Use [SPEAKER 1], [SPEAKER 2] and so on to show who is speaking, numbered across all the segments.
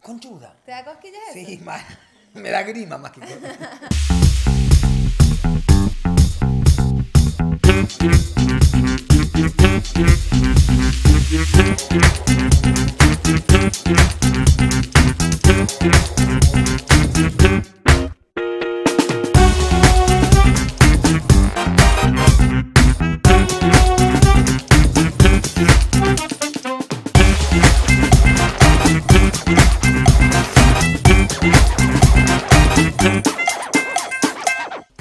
[SPEAKER 1] Conchuda.
[SPEAKER 2] ¿Te da cosquillas eso?
[SPEAKER 1] Sí, mal. Me da grima más que todo.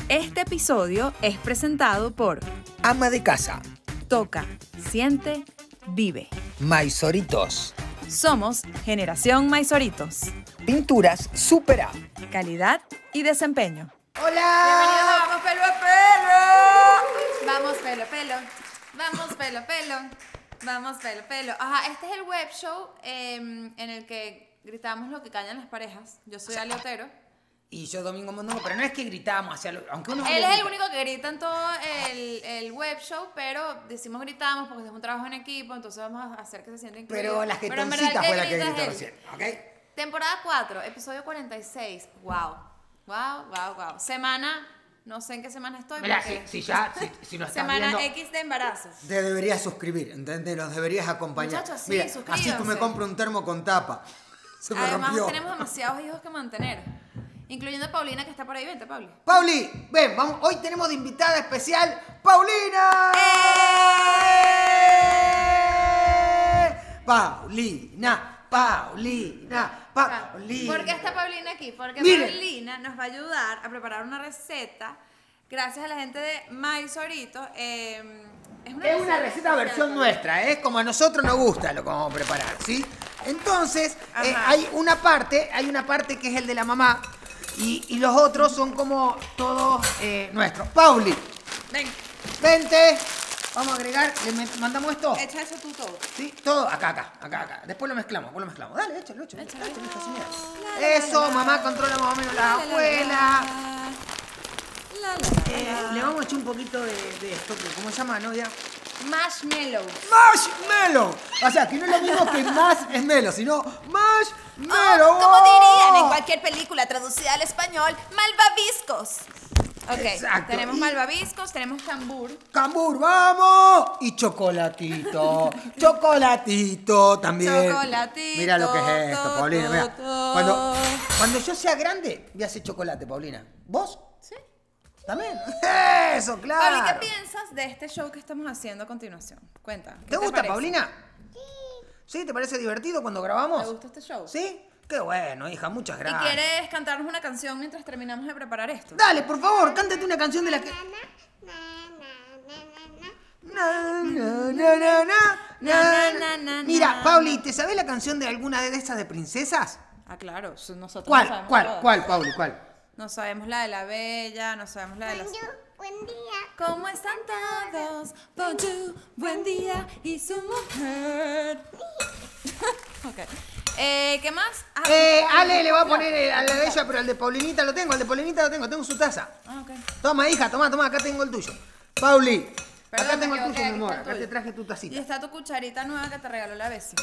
[SPEAKER 3] Este episodio es presentado por
[SPEAKER 1] Ama de casa.
[SPEAKER 3] Toca, Siente, Vive.
[SPEAKER 1] Maisoritos.
[SPEAKER 3] Somos Generación Maizoritos.
[SPEAKER 1] Pinturas supera.
[SPEAKER 3] Calidad y desempeño.
[SPEAKER 2] Bienvenidos a
[SPEAKER 1] ¡Hola!
[SPEAKER 2] Vamos Pelo a Pelo. Vamos Pelo a Pelo. Vamos Pelo a Pelo. Vamos Pelo a Pelo. Ajá, este es el web show eh, en el que gritamos lo que callan las parejas. Yo soy Ale Otero.
[SPEAKER 1] Y yo, Domingo Mondongo, pero no es que gritamos hacia lo- Aunque uno.
[SPEAKER 2] Él es el único que grita en todo el, el web show, pero decimos gritamos porque es un trabajo en equipo, entonces vamos a hacer que se sienten
[SPEAKER 1] Pero
[SPEAKER 2] incluidos.
[SPEAKER 1] las que
[SPEAKER 2] en verdad el
[SPEAKER 1] fue la que
[SPEAKER 2] grita es
[SPEAKER 1] gritó
[SPEAKER 2] él.
[SPEAKER 1] recién. ¿Ok?
[SPEAKER 2] Temporada 4, episodio 46. Wow. Wow, wow, wow. Semana, no sé en qué semana estoy.
[SPEAKER 4] Mira, si,
[SPEAKER 2] porque-
[SPEAKER 4] si ya, si, si nos estás
[SPEAKER 2] Semana
[SPEAKER 4] viendo,
[SPEAKER 2] X de embarazos.
[SPEAKER 5] Te deberías suscribir, ¿entendés? Los deberías acompañar.
[SPEAKER 2] Muchachos, sí,
[SPEAKER 5] Mira, así tú
[SPEAKER 2] suscríbanse.
[SPEAKER 5] me compro un termo con tapa. Se me
[SPEAKER 2] Además,
[SPEAKER 5] rompió.
[SPEAKER 2] tenemos demasiados hijos que mantener. Incluyendo a Paulina, que está por ahí. Vente, Pauli.
[SPEAKER 5] Pauli, ven, vamos. Hoy tenemos de invitada especial Paulina. Paulina, Paulina, Ah, Paulina.
[SPEAKER 2] ¿Por qué está Paulina aquí? Porque
[SPEAKER 5] Miren.
[SPEAKER 2] Paulina nos va a ayudar a preparar una receta gracias a la gente de Maizorito. Eh, es una
[SPEAKER 5] Es una receta versión
[SPEAKER 2] especial,
[SPEAKER 5] nuestra, ¿eh? es como a nosotros nos gusta lo que vamos a preparar, ¿sí? Entonces, eh,
[SPEAKER 2] Ajá.
[SPEAKER 5] hay una parte, hay una parte que es el de la mamá y, y los otros son como todos eh, nuestros. Pauli,
[SPEAKER 2] Ven,
[SPEAKER 5] vente, vamos a agregar, le met- mandamos esto,
[SPEAKER 2] echa eso tú todo.
[SPEAKER 5] ¿sí? Todo acá, acá, acá, acá. Después lo mezclamos, después lo mezclamos. Dale, échalo, échalo,
[SPEAKER 2] Échalo.
[SPEAKER 5] échalo, esta señora.
[SPEAKER 2] La, la, la,
[SPEAKER 5] Eso,
[SPEAKER 2] la.
[SPEAKER 5] mamá controla más o menos la abuela.
[SPEAKER 2] La, la,
[SPEAKER 5] Eh,
[SPEAKER 2] la, la.
[SPEAKER 5] le vamos a echar un poquito de, de esto, que- ¿cómo se llama, novia?
[SPEAKER 2] Marshmallow.
[SPEAKER 5] Marshmallow. O sea, que no es lo mismo que más es melo, sino marshmallow.
[SPEAKER 2] Oh, como dirían en cualquier película traducida al español, malvaviscos. Ok,
[SPEAKER 5] Exacto.
[SPEAKER 2] tenemos
[SPEAKER 5] Y-
[SPEAKER 2] malvaviscos, tenemos cambur.
[SPEAKER 5] Cambur, vamos. Y chocolatito. chocolatito también.
[SPEAKER 2] Chocolatito,
[SPEAKER 5] Mira lo que es esto,
[SPEAKER 2] to,
[SPEAKER 5] Paulina.
[SPEAKER 2] to,
[SPEAKER 5] mira.
[SPEAKER 2] to.
[SPEAKER 5] Cuando, cuando yo sea grande, voy a hacer chocolate, Paulina. ¿Vos?
[SPEAKER 2] Sí.
[SPEAKER 5] ¿También? Eso, claro.
[SPEAKER 2] Pablo, ¿y ¿qué piensas de este show que estamos haciendo a continuación? Cuenta. ¿qué
[SPEAKER 5] ¿Te gusta,
[SPEAKER 2] parece?
[SPEAKER 5] Paulina? Sí. ¿Sí? ¿Te parece divertido cuando grabamos?
[SPEAKER 2] ¿Te gusta este show?
[SPEAKER 5] ¿Sí? Qué bueno, hija. Muchas
[SPEAKER 2] ¿Y
[SPEAKER 5] gracias.
[SPEAKER 2] quieres cantarnos una canción mientras terminamos de preparar esto?
[SPEAKER 5] Dale, por favor, cántate una canción de la que. Na, na, na, na, na, na,
[SPEAKER 2] Na, na, na,
[SPEAKER 5] na.
[SPEAKER 2] na,
[SPEAKER 5] Mira, Pauli, ¿te sabes la canción de alguna de estas de princesas?
[SPEAKER 2] Ah, claro, su- nosotros no
[SPEAKER 5] ¿Cuál?
[SPEAKER 2] sabemos
[SPEAKER 5] ¿Cuál?
[SPEAKER 2] todas.
[SPEAKER 5] ¿Cuál, Pauli? ¿Cuál?
[SPEAKER 2] No sabemos la de la bella, no sabemos la de las...
[SPEAKER 6] Bonjour, buen día.
[SPEAKER 2] ¿Cómo están todos? Bonjour, buen día y su mujer. ok. Eh, ¿Qué más? Ah,
[SPEAKER 5] Eh, Ale le va a poner el- a la de ella, pero el de Paulinita lo tengo, el de Paulinita lo tengo, tengo su taza.
[SPEAKER 2] ah, ok.
[SPEAKER 5] Toma, hija, toma, toma, acá tengo el tuyo. Pauli,
[SPEAKER 2] Perdón,
[SPEAKER 5] acá tengo
[SPEAKER 2] me
[SPEAKER 5] el tuyo,
[SPEAKER 2] equivoqué,
[SPEAKER 5] mi amor,
[SPEAKER 2] aquí está el
[SPEAKER 5] acá
[SPEAKER 2] tuyo.
[SPEAKER 5] te traje tu
[SPEAKER 2] Y este-
[SPEAKER 5] tacita.
[SPEAKER 2] está tu cucharita nueva que te regaló la Bessie.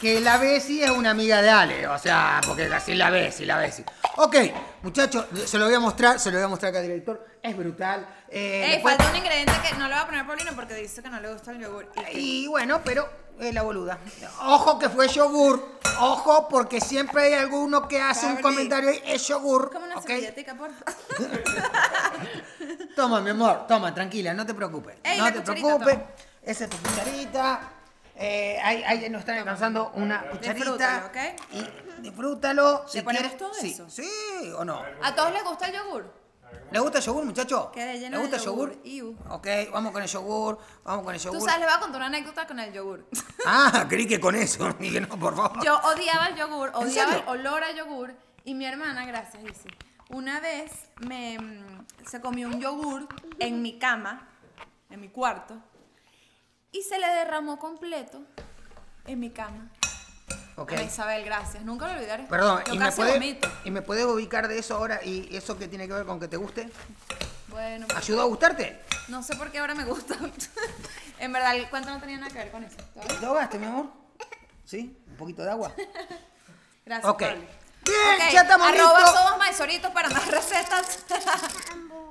[SPEAKER 5] Que la Bessie es una amiga de Ale, o sea, porque así la Bessie, la Bessie. Ok, muchachos, se lo voy a mostrar, se lo voy a mostrar acá al director, es brutal. Eh,
[SPEAKER 2] Ey,
[SPEAKER 5] después-
[SPEAKER 2] falta un ingrediente que no lo va a poner Paulino porque dice que no le gusta el yogur. Y que-
[SPEAKER 5] Y bueno, pero eh, la boluda. Ojo que fue yogur, ojo porque siempre hay alguno que hace
[SPEAKER 2] Pauli.
[SPEAKER 5] un comentario y es yogur.
[SPEAKER 2] Como una
[SPEAKER 5] ¿ok?
[SPEAKER 2] servilletica, por favor.
[SPEAKER 5] Toma, mi amor, toma, tranquila, no te preocupes.
[SPEAKER 2] Ey, la
[SPEAKER 5] no te
[SPEAKER 2] cucharita,
[SPEAKER 5] preocupes.
[SPEAKER 2] toma.
[SPEAKER 5] Esa es tu cucharita. Eh, ahí, ahí nos están alcanzando una
[SPEAKER 2] Disfrútalo,
[SPEAKER 5] cucharita.
[SPEAKER 2] ¿ok?
[SPEAKER 5] Y disfrútalo. si
[SPEAKER 2] pones
[SPEAKER 5] quieres-
[SPEAKER 2] todo
[SPEAKER 5] sí,
[SPEAKER 2] eso?
[SPEAKER 5] Sí, o no.
[SPEAKER 2] ¿A todos les gusta el yogur?
[SPEAKER 5] ¿Le gusta el yogur, muchacho?
[SPEAKER 2] Quedé
[SPEAKER 5] ¿Le
[SPEAKER 2] llena
[SPEAKER 5] gusta
[SPEAKER 2] de
[SPEAKER 5] el yogur?
[SPEAKER 2] yogur, iu.
[SPEAKER 5] Ok, vamos con el yogur, vamos con el yogur.
[SPEAKER 2] Tú sabes, les voy a contar una anécdota con el yogur.
[SPEAKER 5] Ah, creí que con eso. Dije, no, por favor.
[SPEAKER 2] Yo odiaba el yogur, odiaba
[SPEAKER 5] serio?
[SPEAKER 2] el olor a yogur. Y mi hermana, gracias, dice, una vez me, mm, se comió un yogur en mi cama, en mi cuarto, y se le derramó completo en mi cama.
[SPEAKER 5] Ok.
[SPEAKER 2] A Isabel, gracias. Nunca lo olvidaré.
[SPEAKER 5] Perdón,
[SPEAKER 2] Yo
[SPEAKER 5] ¿y me,
[SPEAKER 2] casi
[SPEAKER 5] puede,
[SPEAKER 2] vomito.
[SPEAKER 5] ¿y me puede ubicar de eso ahora? ¿Y eso que tiene que ver con que te guste?
[SPEAKER 2] Bueno,
[SPEAKER 5] ¿Ayudó a gustarte?
[SPEAKER 2] no sé por qué ahora me gusta. en verdad, el cuento no tenía nada que ver con eso. ¿Todo bien?
[SPEAKER 5] ¿Te ahogaste, mi amor? ¿Sí? ¿Un poquito de agua?
[SPEAKER 2] Gracias,
[SPEAKER 5] Ok.
[SPEAKER 2] Pablo.
[SPEAKER 5] Bien,
[SPEAKER 2] Ok,
[SPEAKER 5] ya estamos
[SPEAKER 2] Arroba
[SPEAKER 5] listos.
[SPEAKER 2] somos maizoritos para más recetas.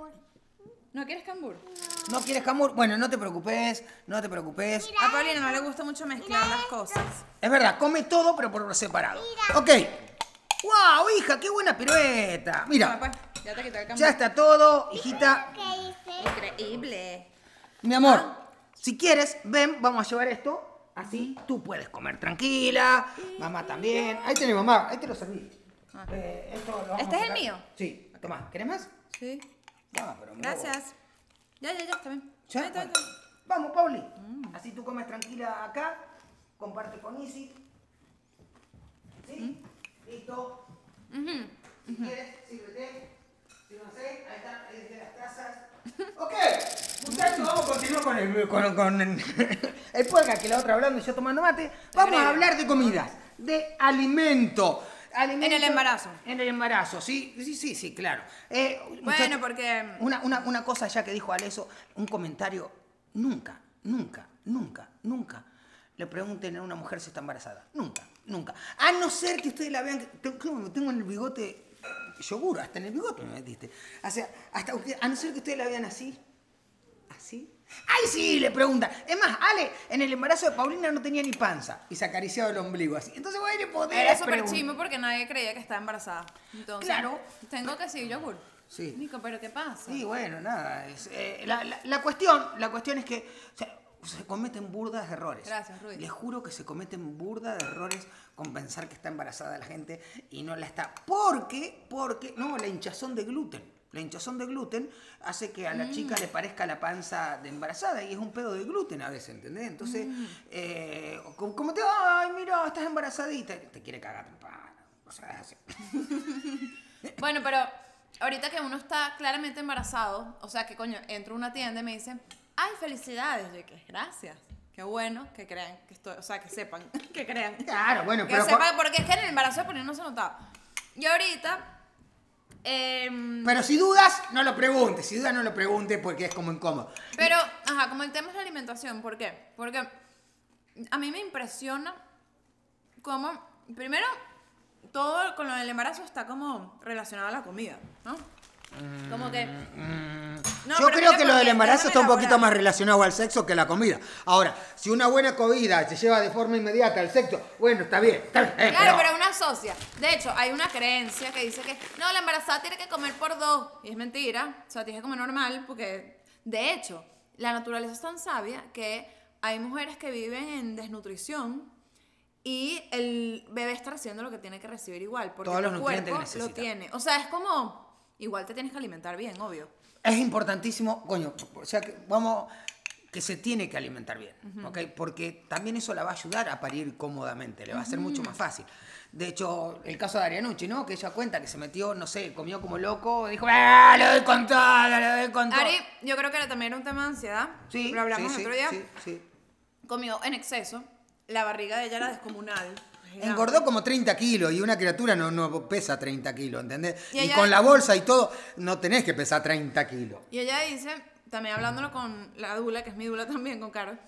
[SPEAKER 2] ¿No quieres cambur?
[SPEAKER 5] ¿No quieres jamón? Bueno, no te preocupes, no te preocupes.
[SPEAKER 2] A Paulina no le gusta mucho mezclar las cosas.
[SPEAKER 5] Es verdad, come todo, pero por separado. Ok. ¡Wow, hija! ¡Qué buena pirueta!
[SPEAKER 2] Toma,
[SPEAKER 5] Mira,
[SPEAKER 2] pues, ya te quité
[SPEAKER 5] ya
[SPEAKER 2] el cambur.
[SPEAKER 5] está todo, hijita.
[SPEAKER 4] ¿Qué hice?
[SPEAKER 2] Increíble.
[SPEAKER 5] Mi amor, Ah. si quieres, ven, vamos a llevar esto. Así tú puedes comer tranquila, mamá también. Ahí tenés, mamá, ahí te lo serví. Eh, esto lo vamos
[SPEAKER 2] Ah. ¿Este
[SPEAKER 5] a
[SPEAKER 2] es el
[SPEAKER 5] sacar.
[SPEAKER 2] mío?
[SPEAKER 5] Sí, toma, ¿querés más?
[SPEAKER 2] Sí.
[SPEAKER 5] No, pero mira vos.
[SPEAKER 2] Gracias. Ya, ya, ya, está bien.
[SPEAKER 5] Ya,
[SPEAKER 2] Está bien, está
[SPEAKER 5] bueno.
[SPEAKER 2] Mm. bien.
[SPEAKER 5] Vamos, Pauli. Así tú comes tranquila acá, comparte con Isi. ¿Sí?
[SPEAKER 2] Mm.
[SPEAKER 5] Listo. Si quieres, sírvete. Sírvanse. Ahí están, ahí están las tazas. Ok, muchachos,
[SPEAKER 2] Mm.
[SPEAKER 5] vamos a continuar con el, con, con el puerca que la otra hablando y yo tomando mate. Vamos a hablar de comidas, de alimento. Alimento-
[SPEAKER 2] En el embarazo.
[SPEAKER 5] En el embarazo, sí, sí, sí, sí claro. Eh, muchachos,
[SPEAKER 2] porque- mm,
[SPEAKER 5] Una, una- una cosa ya que dijo Aleso, un comentario, nunca, nunca, nunca, nunca le pregunten a una mujer si está embarazada. Nunca, nunca. A no ser que ustedes la vean, que te- creo que me tengo en el bigote yogur, hasta en el bigote me metiste. O sea, hasta, usted- a no ser que ustedes la vean así, ¿Así? ¡Ay, sí! Le pregunta. Es más, Ale, en el embarazo de Paulina no tenía ni panza y se acariciaba el ombligo así. Entonces, voy a ir
[SPEAKER 2] Era súper chimo porque nadie creía que estaba embarazada. Entonces,
[SPEAKER 5] Claro.
[SPEAKER 2] Tengo que seguir yogur.
[SPEAKER 5] Sí.
[SPEAKER 2] Nico, ¿pero qué pasa?
[SPEAKER 5] Sí, bueno, nada. es, eh, la, la- la cuestión, la cuestión es que o sea, se cometen burdas de errores.
[SPEAKER 2] Gracias, Rudy.
[SPEAKER 5] Les juro que se cometen burdas de errores con pensar que está embarazada la gente y no la está. Porque, porque, no, la hinchazón de gluten. La hinchazón de gluten hace que
[SPEAKER 2] Mm.
[SPEAKER 5] a la chica le parezca la panza de embarazada y es un pedo de gluten a veces, ¿entendés? Entonces,
[SPEAKER 2] Mm.
[SPEAKER 5] eh, como como te, ay, mira, estás embarazadita, te quiere cagar tu pana. O sea, es así.
[SPEAKER 2] Bueno, pero ahorita que uno está claramente embarazado, o sea, que coño, entro a una tienda y me dicen, ay, felicidades, yo que gracias. Qué bueno que crean que estoy, o sea, que sepan, que crean.
[SPEAKER 5] Claro, bueno,
[SPEAKER 2] que
[SPEAKER 5] pero, cua-
[SPEAKER 2] sepan, porque es que en el embarazo por ahí no se notaba. Y ahorita, em,
[SPEAKER 5] Pero si dudas, no lo preguntes. Si dudas, no lo preguntes porque es como incómodo.
[SPEAKER 2] Pero, ajá, como el tema es la alimentación, ¿por qué? Porque a mí me impresiona cómo, primero, todo con lo del embarazo está como relacionado a la comida, ¿no? Como que... No,
[SPEAKER 5] Mm, Yo
[SPEAKER 2] pero
[SPEAKER 5] creo
[SPEAKER 2] mira,
[SPEAKER 5] que lo
[SPEAKER 2] porque
[SPEAKER 5] del
[SPEAKER 2] el
[SPEAKER 5] embarazo
[SPEAKER 2] tema
[SPEAKER 5] está un poquito más
[SPEAKER 2] laboral-
[SPEAKER 5] relacionado al sexo que la comida. Ahora, si una buena comida se lleva de forma inmediata al sexo, bueno, está bien. está bien, eh,
[SPEAKER 2] Claro, pero una socia. De hecho, hay una creencia que dice que no, la embarazada tiene que comer por dos. Y es mentira. O sea, tienes que comer normal porque, de hecho, la naturaleza es tan sabia que hay mujeres que viven en desnutrición y el bebé está recibiendo lo que tiene que recibir igual. Porque
[SPEAKER 5] Todos los
[SPEAKER 2] tu
[SPEAKER 5] nutrientes que
[SPEAKER 2] cuerpo lo
[SPEAKER 5] necesita.
[SPEAKER 2] tiene. O sea, es como, igual te tienes que alimentar bien, obvio.
[SPEAKER 5] Es importantísimo, coño, o sea, que vamos, que se tiene que alimentar bien, ¿ok? Porque también eso la va a ayudar a parir cómodamente, le va a ser mucho más fácil. De hecho, el caso de Arianucci, ¿no? Que ella cuenta que se metió, no sé, comió como loco, dijo, ¡ah, le doy con todo, le doy con todo!
[SPEAKER 2] Ari, yo creo que era también era un tema de ansiedad.
[SPEAKER 5] sí,
[SPEAKER 2] Lo hablamos
[SPEAKER 5] sí, sí,
[SPEAKER 2] otro día.
[SPEAKER 5] sí, sí.
[SPEAKER 2] Comió en exceso. La barriga de ella era descomunal.
[SPEAKER 5] Engordó como 30 kilos y una criatura no, no pesa 30 kilos, ¿entendés?
[SPEAKER 2] Y
[SPEAKER 5] Y,
[SPEAKER 2] ella-
[SPEAKER 5] con la bolsa y todo, no tenés que pesar 30 kilos.
[SPEAKER 2] Y ella dice, también hablándolo con la Dula, que es mi Dula también, con Carol,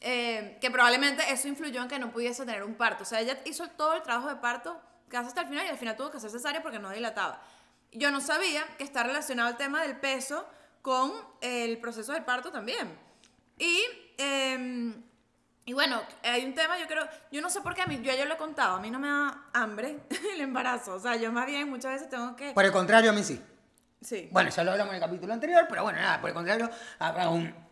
[SPEAKER 2] eh, que probablemente eso influyó en que no pudiese tener un parto. O sea, ella hizo todo el trabajo de parto que hace hasta el final y al final tuvo que hacer cesárea porque no dilataba. Yo no sabía que está relacionado el tema del peso con el proceso del parto también. Y, em, y bueno, hay un tema, yo creo, yo no sé por qué a mí, yo ya lo he contado, a mí no me da hambre el embarazo. O sea, yo más bien muchas veces tengo que...
[SPEAKER 5] Por el contrario, a mí sí.
[SPEAKER 2] Sí.
[SPEAKER 5] Bueno, ya lo hablamos en el capítulo anterior, pero bueno, nada, por el contrario, habrá un-